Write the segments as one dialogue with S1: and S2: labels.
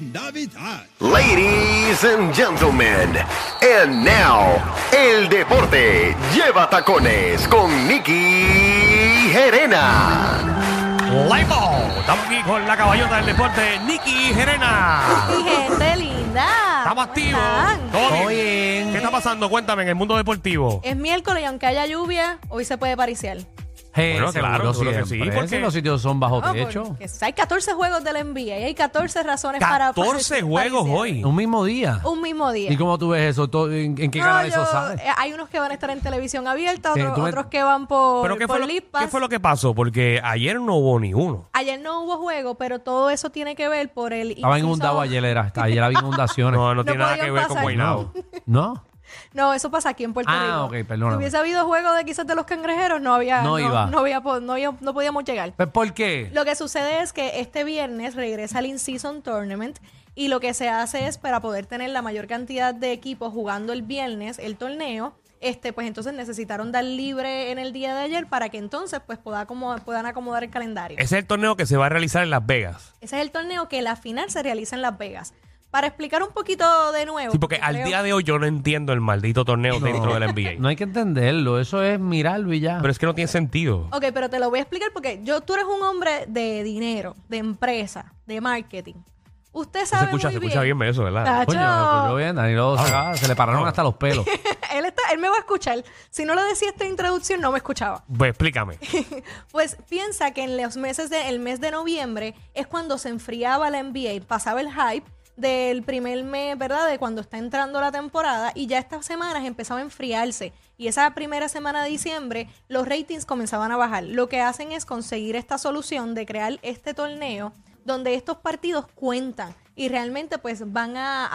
S1: Navidad.
S2: Ladies and gentlemen, and now, el deporte lleva tacones con Nicky Gerena.
S3: Live ball. Estamos aquí con la caballota del deporte, Nicky Gerena.
S4: Y gente linda.
S3: Estamos
S4: ¿cómo
S3: activos.
S4: están?
S3: ¿Todo
S5: Todo
S3: bien?
S5: bien.
S3: ¿Qué está pasando? Cuéntame en el mundo deportivo.
S4: Es miércoles y aunque haya lluvia, hoy se puede pariciar.
S5: Eh,
S3: Bueno,
S5: seguro
S3: claro, seguro que
S5: siempre.
S3: sí, porque-
S5: Si los sitios son bajo
S4: Ah,
S5: techo.
S4: porque hay 14 juegos del NBA y hay 14 razones para
S3: 14 juegos
S4: pariciar.
S3: hoy.
S5: Un mismo día.
S4: Un mismo día.
S5: ¿Y cómo tú ves eso? ¿Todo- ¿En, en qué
S4: No,
S5: canal eso
S4: yo-
S5: sale?
S4: eh, hay unos que van a estar en televisión abierta,
S5: Sí,
S4: otros,
S5: tú me-
S4: otros que van por,
S3: ¿Pero qué fue,
S4: por
S3: lo,
S4: League Pass.
S3: qué fue lo que pasó? Porque ayer no hubo ni uno.
S4: Ayer no hubo juego, pero todo eso tiene que ver por el
S5: Estaba
S4: inciso-
S5: inundado ayer, era. Ayer había inundaciones.
S3: No, no,
S4: No
S3: tiene nada que
S4: podían
S3: ver con
S4: pasar.
S3: Guaynabo.
S5: ¿No?
S4: No, eso pasa aquí en Puerto Rico.
S5: Ah, ok, perdóname.
S4: Si hubiese habido juego de quizás de los cangrejeros, no había,
S5: No iba.
S4: no había po- no había- no podíamos llegar.
S5: ¿Pues por qué?
S4: Lo que sucede es que este viernes regresa el In-Season Tournament y lo que se hace es para poder tener la mayor cantidad de equipos jugando el viernes el torneo. Este, pues entonces necesitaron dar libre en el día de ayer para que entonces pues pueda como, puedan acomodar el calendario.
S3: Ese es el torneo que se va a realizar en Las Vegas.
S4: Ese es el torneo que la final se realiza en Las Vegas. Para explicar un poquito de nuevo.
S3: Sí, porque al
S4: creo-
S3: día de hoy yo no entiendo el maldito torneo dentro del NBA.
S5: No hay que entenderlo. Eso es mirarlo y ya.
S3: Pero es que no tiene sentido.
S4: Ok, pero te lo voy a explicar porque yo, tú eres un hombre de dinero, de empresa, de marketing. Usted
S3: se
S4: sabe
S3: escucha,
S4: muy
S3: se escucha bien eso, ¿verdad?
S4: Tacho,
S5: Coño, pues yo bien, Danilo
S3: Ah.
S5: Sacaba, se le pararon hasta los pelos.
S4: él, está, él me va a escuchar. Si no le decía esta introducción, no me escuchaba.
S3: Pues explícame.
S4: Pues piensa que en los meses del mes de noviembre es cuando se enfriaba la NBA, pasaba el hype del primer mes, ¿verdad? De cuando está entrando la temporada y ya estas semanas empezaba a enfriarse. Y esa primera semana de diciembre los ratings comenzaban a bajar. Lo que hacen es conseguir esta solución de crear este torneo donde estos partidos cuentan y realmente pues van a,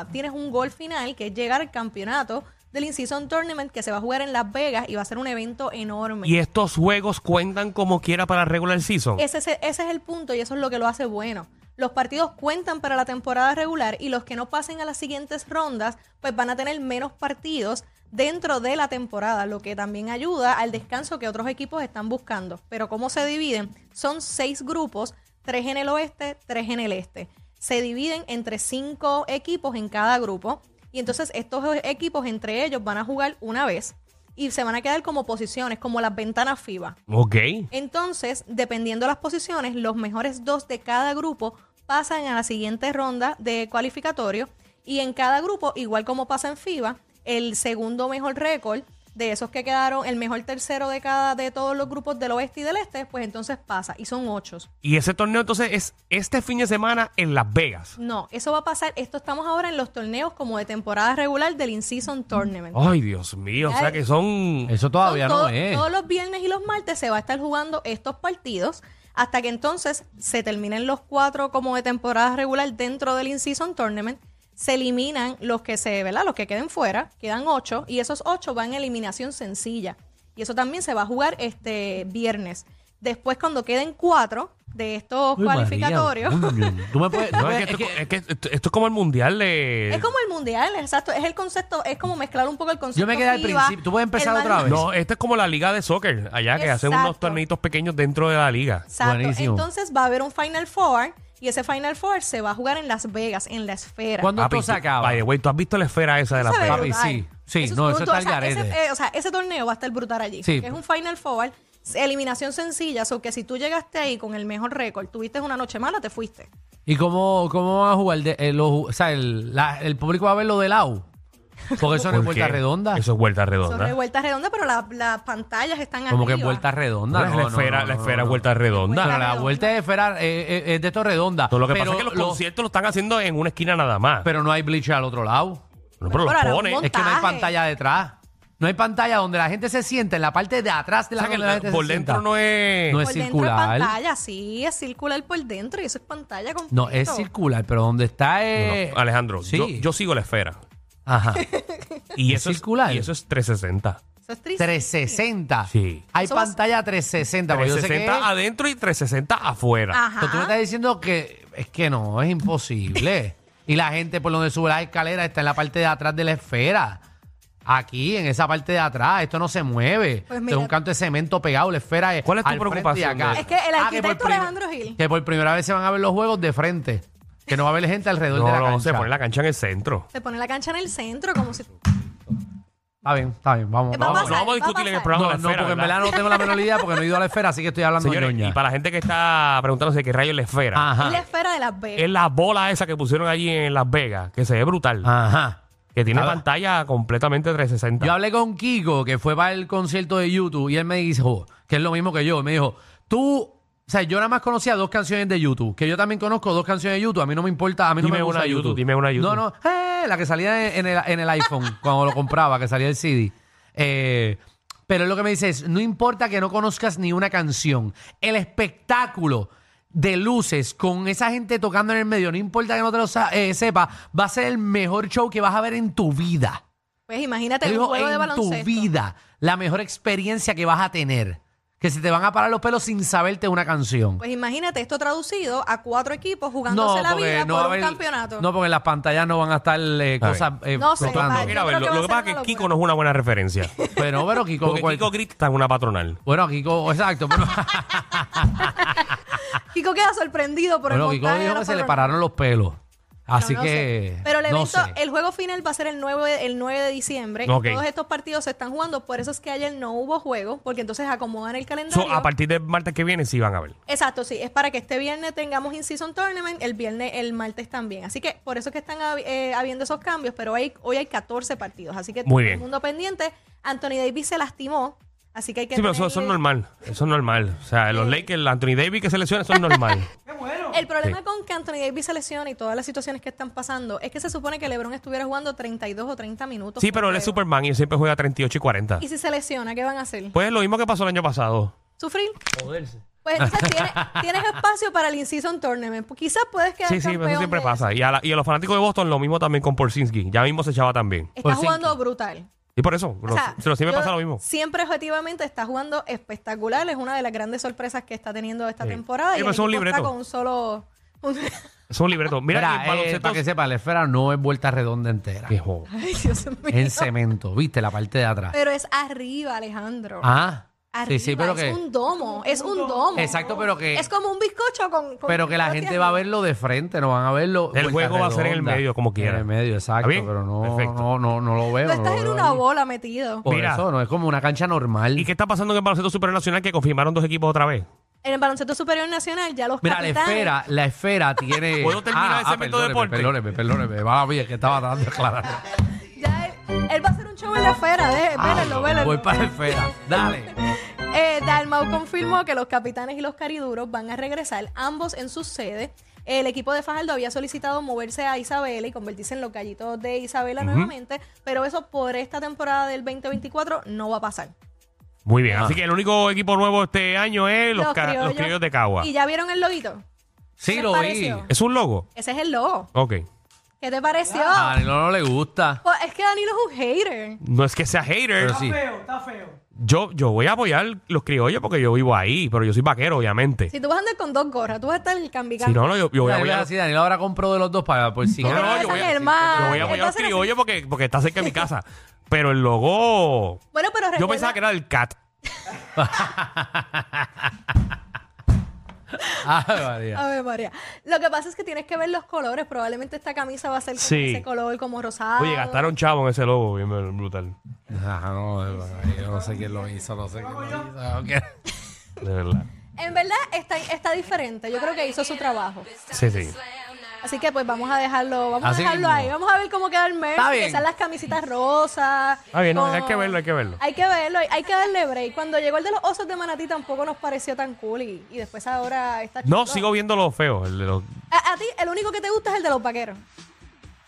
S4: a- tienes un gol final que es llegar al campeonato del In-Season Tournament que se va a jugar en Las Vegas y va a ser un evento enorme.
S3: ¿Y estos juegos cuentan como quiera para regular season?
S4: Ese, es el- ese es el punto y eso es lo que lo hace bueno. Los partidos cuentan para la temporada regular y los que no pasen a las siguientes rondas, pues van a tener menos partidos dentro de la temporada, lo que también ayuda al descanso que otros equipos están buscando. Pero ¿cómo se dividen? Son seis grupos, tres en el oeste, tres en el este. Se dividen entre cinco equipos en cada grupo y entonces estos equipos entre ellos van a jugar una vez y se van a quedar como posiciones, como las ventanas FIBA.
S3: Ok.
S4: Entonces, dependiendo de las posiciones, los mejores dos de cada grupo pasan a la siguiente ronda de cualificatorio y en cada grupo, igual como pasa en FIBA, el segundo mejor récord de esos que quedaron, el mejor tercero de cada de todos los grupos del oeste y del este, pues entonces pasa y son ocho.
S3: Y ese torneo entonces es este fin de semana en Las Vegas.
S4: No, eso va a pasar. Esto estamos ahora en los torneos como de temporada regular del In-Season Tournament.
S3: Ay, Dios mío. O sea que son...
S5: Eso todavía
S4: Son
S5: no
S4: todo-
S5: es.
S4: Todos los viernes y los martes se va a estar jugando estos partidos hasta que entonces se terminen los cuatro como de temporada regular dentro del In-Season Tournament. Se eliminan los que se, ¿verdad? Los que queden fuera, quedan ocho, y esos ocho van en eliminación sencilla. Y eso también se va a jugar este viernes. Después, cuando queden cuatro de estos
S5: Uy, María,
S4: cualificatorios,
S5: coño. Tú me puedes. tú
S3: No, es que
S5: puedes- pues,
S3: esto,
S5: es que-
S3: es que esto- esto es como el mundial de...
S4: es como el mundial, exacto. Es el concepto, es como mezclar un poco el concepto.
S5: Yo me quedé al
S4: FIBA,
S5: principio. ¿Tú puedes empezar
S4: el
S5: otra
S4: Madrid-
S5: vez?
S3: No, esta es como la liga de soccer, allá que hacen unos
S4: Exacto.
S3: torneitos pequeños dentro de la liga.
S4: Exacto.
S5: Buenísimo.
S4: Entonces va a haber un Final Four y ese Final Four se va a jugar en Las Vegas, en la esfera.
S5: ¿Cuándo
S3: Papi,
S5: esto se
S3: tú-
S5: acaba?
S3: by the way, ¿tú has visto la esfera esa de la
S4: Eso se ve
S3: Vegas?
S5: Papi,
S4: brutal.
S5: sí. Sí,
S4: es
S5: no,
S4: un
S5: eso
S4: brutal.
S5: está al
S4: o sea, ese,
S5: garete.
S4: eh, o sea, ese torneo va a estar brutal allí.
S5: Sí.
S4: Es un Final Four, eliminación sencilla, so que si tú llegaste ahí con el mejor récord, tuviste una noche mala, te fuiste.
S5: ¿Y cómo, cómo van a jugar? de- eh, los, o sea, el, la- el público va a verlo de lado. Porque eso no es
S3: ¿Por
S5: vuelta
S3: qué?
S5: redonda.
S3: Eso es vuelta
S4: Son de
S3: redonda.
S4: vuelta redonda, pero la- las pantallas están
S5: Como que es
S4: arriba.
S5: vuelta redonda.
S3: Es
S5: no,
S3: la
S5: no,
S3: esfera,
S5: no,
S3: la
S5: no,
S3: esfera
S5: no, no.
S3: vuelta redonda.
S5: Pero
S4: Vuelta
S5: la
S4: redonda.
S5: vuelta de esfera eh, eh, es de esto redonda.
S3: No, lo que
S5: pero,
S3: pasa es que los,
S5: los-
S3: conciertos lo están haciendo en una esquina nada más.
S5: pero no hay bleacher al otro lado.
S3: No, pero los
S4: Ahora,
S3: ponen.
S4: un
S5: Es que no hay
S4: Montaje.
S5: pantalla detrás. No hay pantalla donde la gente se sienta, en la parte de atrás de
S3: O
S5: la,
S3: sea, que
S5: donde la gente
S3: el- por
S5: se
S3: dentro
S5: sienta.
S3: no es...
S5: No
S4: Por
S5: es
S4: dentro es
S5: circular.
S4: pantalla, sí, es circular por dentro y eso es pantalla con
S5: No, es circular, pero donde está es...
S3: No, Alejandro,
S5: Eh, Sí.
S3: yo, yo sigo la esfera.
S5: Ajá.
S3: Y
S5: ¿Es
S3: eso
S5: circular?
S3: Es, y eso es 360.
S4: Eso es triste.
S5: 360.
S3: Sí.
S5: Hay
S4: Eso va-
S5: pantalla 360. porque pues yo sé que
S3: 360
S5: es-
S3: adentro y 360 afuera.
S4: Ajá.
S5: Pero tú me estás diciendo que es que no, es imposible. y la gente por donde sube la escalera está en la parte de atrás de la esfera. Aquí, en esa parte de atrás, esto no se mueve.
S4: Pues
S5: Esto
S4: mira-
S5: es un canto de cemento pegado, la esfera es.
S3: ¿Cuál es tu
S5: al frente y
S3: preocupación
S5: acá.
S3: de
S4: Es que el
S5: Ah,
S4: arquitecto
S5: por prim-
S4: Alejandro Gil.
S5: Que por primera vez se van a ver los juegos de frente. Que no va a haber gente alrededor de la
S3: No,
S5: cancha.
S3: no, se pone la cancha en el centro.
S4: Se pone la cancha en el centro como si...
S5: Está bien, está bien. Vamos,
S4: Eh, va a
S5: vamos.
S3: no vamos
S4: pasar,
S3: a
S4: va a
S3: discutir en el
S4: pasar.
S3: programa
S5: No,
S3: de la
S5: no,
S3: esfera,
S5: porque en
S3: ¿verdad?
S5: verdad no tengo la menor idea porque no he ido a la esfera, así que estoy hablando
S3: Señores,
S5: ñoña. Ah.
S3: y para la gente que está preguntándose qué rayos es la esfera,
S4: Es la
S5: Ajá,
S4: esfera de las Vegas.
S3: es la bola esa que pusieron allí en Las Vegas, que se ve brutal,
S5: ajá.
S3: que tiene
S5: A ver.
S3: pantalla completamente 360.
S5: Ah. Yo hablé con Kiko, que fue para el concierto de YouTube, y él me dijo, que es lo mismo que yo, me dijo, tú, o sea, yo nada más conocía dos canciones de YouTube, que yo también conozco dos canciones de YouTube, a mí no me importa, a mí
S3: Dime
S5: no me gusta
S3: una
S5: YouTube.
S3: YouTube, dime una YouTube.
S5: No, no, eh, la que salía en el, en el iPhone, cuando lo compraba, que salía el CD. Eh, pero él lo que me dice es, no importa que no conozcas ni una canción, el espectáculo de luces con esa gente tocando en el medio, no importa que no te lo sa- eh, sepa, va a ser el mejor show que vas a ver en tu vida.
S4: Pues imagínate
S5: Él
S4: un
S5: dijo,
S4: juego de
S5: en
S4: baloncesto.
S5: tu vida, la mejor experiencia que vas a tener. Que se te van a parar los pelos sin saberte una canción.
S4: Pues imagínate esto traducido a cuatro equipos jugándose
S5: no,
S4: la
S5: porque
S4: vida por
S5: no va a
S4: un
S5: haber-
S4: campeonato.
S5: No, porque en las pantallas no van a estar eh,
S3: A
S5: cosas eh,
S4: No sé,
S5: flotando.
S4: vale.
S3: Mira, a
S4: Yo
S3: ver, lo,
S4: creo que
S3: lo que pasa
S4: va a
S3: es
S4: ser
S3: que
S4: una
S3: Kiko
S4: locura.
S3: no es una buena referencia.
S5: Pero, pero Kiko,
S3: Porque
S5: cual-
S3: Kiko grita en una patronal.
S5: bueno, Kiko, exacto. Pero,
S4: Kiko queda sorprendido por
S5: bueno,
S4: el
S5: Kiko
S4: montaje de
S5: dijo
S4: la
S5: que se le
S4: Fórmula.
S5: pararon los pelos.
S4: No,
S5: Así
S4: no
S5: que.
S4: sé. Pero el
S5: no
S4: evento,
S5: sé.
S4: el juego final va a ser el 9, de- el 9 de diciembre.
S3: Ok.
S4: Todos estos partidos se están jugando, por eso es que ayer no hubo juego, porque entonces acomodan el calendario.
S3: So, a partir del martes que viene sí van a ver.
S4: Exacto, sí, es para que este viernes tengamos in-season tournament, el viernes, el martes también. Así que por eso es que están habi- eh, habiendo esos cambios, pero hay, hoy hay 14 partidos, así que
S3: Muy
S4: todo
S3: bien.
S4: el mundo pendiente. Anthony Davis se lastimó, así que hay que...
S3: Sí, pero eso,
S4: tenerle-
S3: eso es normal. Eso es normal. O sea, los Lakers, Anthony Davis que se lesiona, eso es normal.
S4: El problema
S3: Sí.
S4: con que Anthony Davis se lesiona y todas las situaciones que están pasando es que se supone que LeBron estuviera jugando 32 o 30 minutos.
S3: sí,
S4: por
S3: pero él es
S4: juego.
S3: Superman y él siempre juega 38 y 40.
S4: Y si se lesiona, ¿qué van a hacer?
S3: Pues lo mismo que pasó el año pasado.
S4: ¿Sufrir? Pues entonces tienes, tienes espacio para el in-season tournament. Pues, Quizás puedes quedar
S3: Sí, sí,
S4: campeón
S3: eso siempre
S4: de-
S3: pasa. Y a, la- y a los fanáticos de Boston lo mismo también con Porzinski. Ya mismo se echaba también.
S4: Está
S5: Porzingis.
S4: jugando brutal.
S3: Y por eso,
S4: Eh, O sea,
S3: lo- se lo siempre
S4: yo
S3: pasa lo mismo.
S4: Siempre objetivamente está jugando espectacular. Es una de las grandes sorpresas que está teniendo esta
S3: Sí.
S4: temporada.
S3: Sí,
S4: Y
S3: pero
S4: el
S3: es un
S4: equipo está
S3: libreto.
S4: con un solo... un-
S3: Es un libreto. Mira, y
S5: Mira,
S3: el
S5: eh,
S3: baloncesto-
S5: para que sepa, la esfera no es vuelta redonda entera.
S3: Qué joder.
S4: Ay, Dios mío.
S5: En cemento, viste, la parte de atrás.
S4: Pero es arriba, Alejandro.
S5: Ah,
S4: Arriba,
S5: sí, sí, pero
S4: es
S5: que.
S4: un domo, es un domo.
S5: Exacto, pero que.
S4: Es como un bizcocho con... con-
S5: Pero que la
S4: con
S5: gente
S4: tierra.
S5: va a verlo de frente, no van a verlo.
S3: El
S5: vuelta
S3: juego va a ser en el
S5: redonda.
S3: medio, como quiera.
S5: En el medio, exacto.
S3: bien?
S5: Pero no,
S3: Perfecto.
S5: no, no, no lo veo.
S4: Tú
S5: no
S4: estás
S5: lo
S4: en
S5: veo
S4: una
S5: ahí.
S4: bola metido.
S5: Por
S3: Mira.
S5: eso no es como una cancha normal.
S3: ¿Y qué está pasando en el baloncesto supernacional que confirmaron dos equipos otra vez?
S4: En el baloncesto superior nacional ya los
S5: Mira, la
S4: capitanes...
S5: esfera, la esfera tiene. Ah,
S3: ¿Puedo terminar ese evento de deporte?
S5: Perdóneme, perdóneme. Va bien, que estaba dando clara.
S4: Ya él, él va a hacer un show en la esfera, de, vélenlo, vélenlo.
S5: Ah, Voy para la esfera. Dale.
S4: Eh, Dalmau confirmó que los capitanes y los cariduros van a regresar, ambos en sus sedes. El equipo de Fajardo había solicitado moverse a Isabela y convertirse en los gallitos de Isabela nuevamente, pero eso por esta temporada del 2024 no va a pasar.
S3: Muy bien.
S5: Ah.
S3: Así que el único equipo nuevo este año es los, ca- los criollos. de Cagua.
S4: ¿Y ya vieron el loguito?
S5: Sí,
S4: ¿Qué
S5: lo
S4: les
S5: vi.
S4: pareció?
S3: ¿Es un logo?
S4: Ese es el logo.
S3: Ok.
S4: ¿Qué te pareció?
S3: Ah.
S5: A Danilo no le gusta.
S4: Pues es que Danilo es un hater.
S3: No es que sea hater.
S5: Pero sí.
S3: Yo, yo voy a apoyar los criollos porque yo vivo ahí, pero yo soy vaquero, obviamente.
S4: Si tú vas a andar con dos gorras, tú vas a estar el
S3: Si
S4: cambicando.
S3: no, no, yo, yo voy a
S5: Dale,
S3: apoyar.
S5: así, Danilo ahora compró de los dos para por si.
S3: No, no,
S4: Pero
S3: no,
S4: de
S3: yo voy
S4: San
S3: a,
S4: Germán.
S3: yo voy a apoyar a los
S4: Entonces,
S3: criollos porque, porque está cerca de mi casa. Pero el logo.
S4: Bueno, pero recuerda,
S3: Yo pensaba que era el cat.
S5: Ah, María.
S4: A ver, María. Lo que pasa es que tienes que ver los colores. Probablemente esta camisa va a ser con
S3: Sí.
S4: ese color como rosado.
S3: Oye, gastaron chavo en ese logo, bien brutal.
S5: Ajá, no, yo no sé quién lo hizo, no sé quién lo hizo. ok.
S3: De verdad.
S4: En verdad está, está diferente. Yo creo que hizo su trabajo.
S3: Sí, sí.
S4: Así que pues vamos a dejarlo, vamos
S5: Así
S4: a dejarlo
S5: mismo.
S4: ahí. Vamos a ver cómo queda el merch.
S5: Está
S4: que
S5: bien.
S4: sean las camisitas rosas.
S3: Está bien, no, hay que verlo, hay que verlo.
S4: Hay que verlo, hay- hay que darle break. Cuando llegó el de los osos de Manatí tampoco nos pareció tan cool y, y después ahora está
S3: No,
S4: chulo.
S3: sigo viendo lo feo. el de los-
S4: A, a ti el único que te gusta es el de los vaqueros.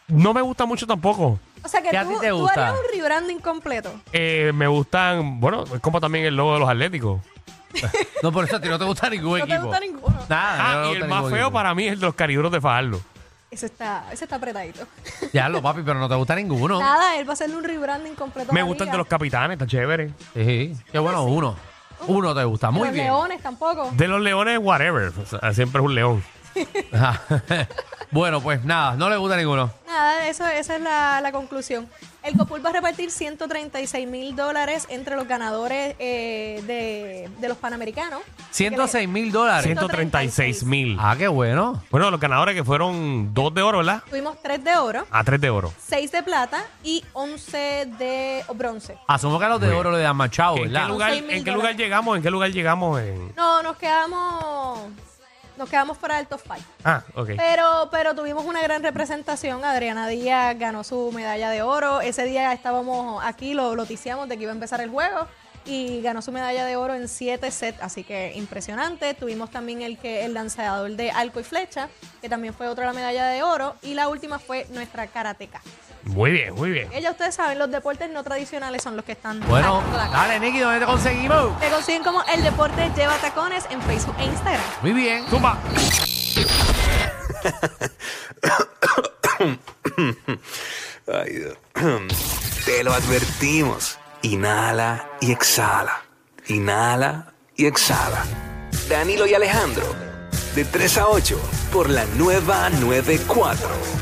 S3: No me gusta mucho tampoco.
S4: O sea que
S5: ¿Qué
S4: tú,
S5: a ti te
S4: tú
S5: gusta?
S4: harías un rebranding completo.
S3: Eh, me gustan, bueno, es como también el logo de los atléticos.
S5: No, por eso a ti no te gusta ningún
S4: No te
S5: equipo.
S4: gusta ninguno.
S5: Nada, no
S3: Ah,
S5: me
S3: y
S5: gusta
S3: el más
S5: ningún
S3: feo
S5: equipo.
S3: para mí es el de los cariduros de Fajardo.
S4: Ese está, ese está apretadito.
S5: Ya lo, papi, pero no te gusta ninguno.
S4: Nada, él va a hacerle un rebranding completo. a
S3: Me
S4: la
S3: gusta el
S4: liga.
S3: de los capitanes, está chévere.
S5: Sí, qué bueno, uno. Uno te gusta, muy
S4: Los
S5: bien.
S4: leones tampoco.
S3: De los leones, whatever. O sea, siempre es un león.
S5: Ajá. bueno, pues nada, no le gusta ninguno.
S4: Nada, eso, esa es la, la conclusión. El Copul va a repartir 136 mil dólares entre los ganadores eh, de, de los Panamericanos.
S5: 106 mil dólares.
S3: 136 mil.
S5: Ah, qué bueno.
S3: Bueno, los ganadores que fueron dos de oro, ¿verdad?
S4: Tuvimos 3 de oro,
S3: A tres de oro.
S4: 6 de plata y 11 de bronce.
S5: Asumo que a los de oro le dan machado,
S3: ¿En qué
S5: ¿verdad?
S3: lugar,
S4: Seis mil
S3: en qué
S4: dólares.
S3: lugar llegamos? ¿En qué lugar llegamos? En...
S4: No, nos quedamos nos quedamos fuera del top 5.
S3: Ah, ok.
S4: Pero, pero tuvimos una gran representación. Adriana Díaz ganó su medalla de oro. Ese día estábamos aquí, lo noticiamos de que iba a empezar el juego. Y ganó su medalla de oro en 7 sets, así que impresionante. Tuvimos también el que el lanzador de arco y flecha, que también fue otra medalla de oro. Y la última fue nuestra karateca.
S3: Muy bien, muy bien.
S4: Ella, ustedes saben, los deportes no tradicionales son los que están.
S5: Bueno,
S4: sacando la cara.
S5: dale, Nicky, ¿dónde te conseguimos?
S4: Te consiguen como El Deporte Lleva Tacones en Facebook e Instagram.
S5: Muy bien.
S3: Zumba.
S1: Ay, Dios. Te lo advertimos. Inhala y exhala. Inhala y exhala. Danilo y Alejandro, de 3 a 8, por la nueva 94.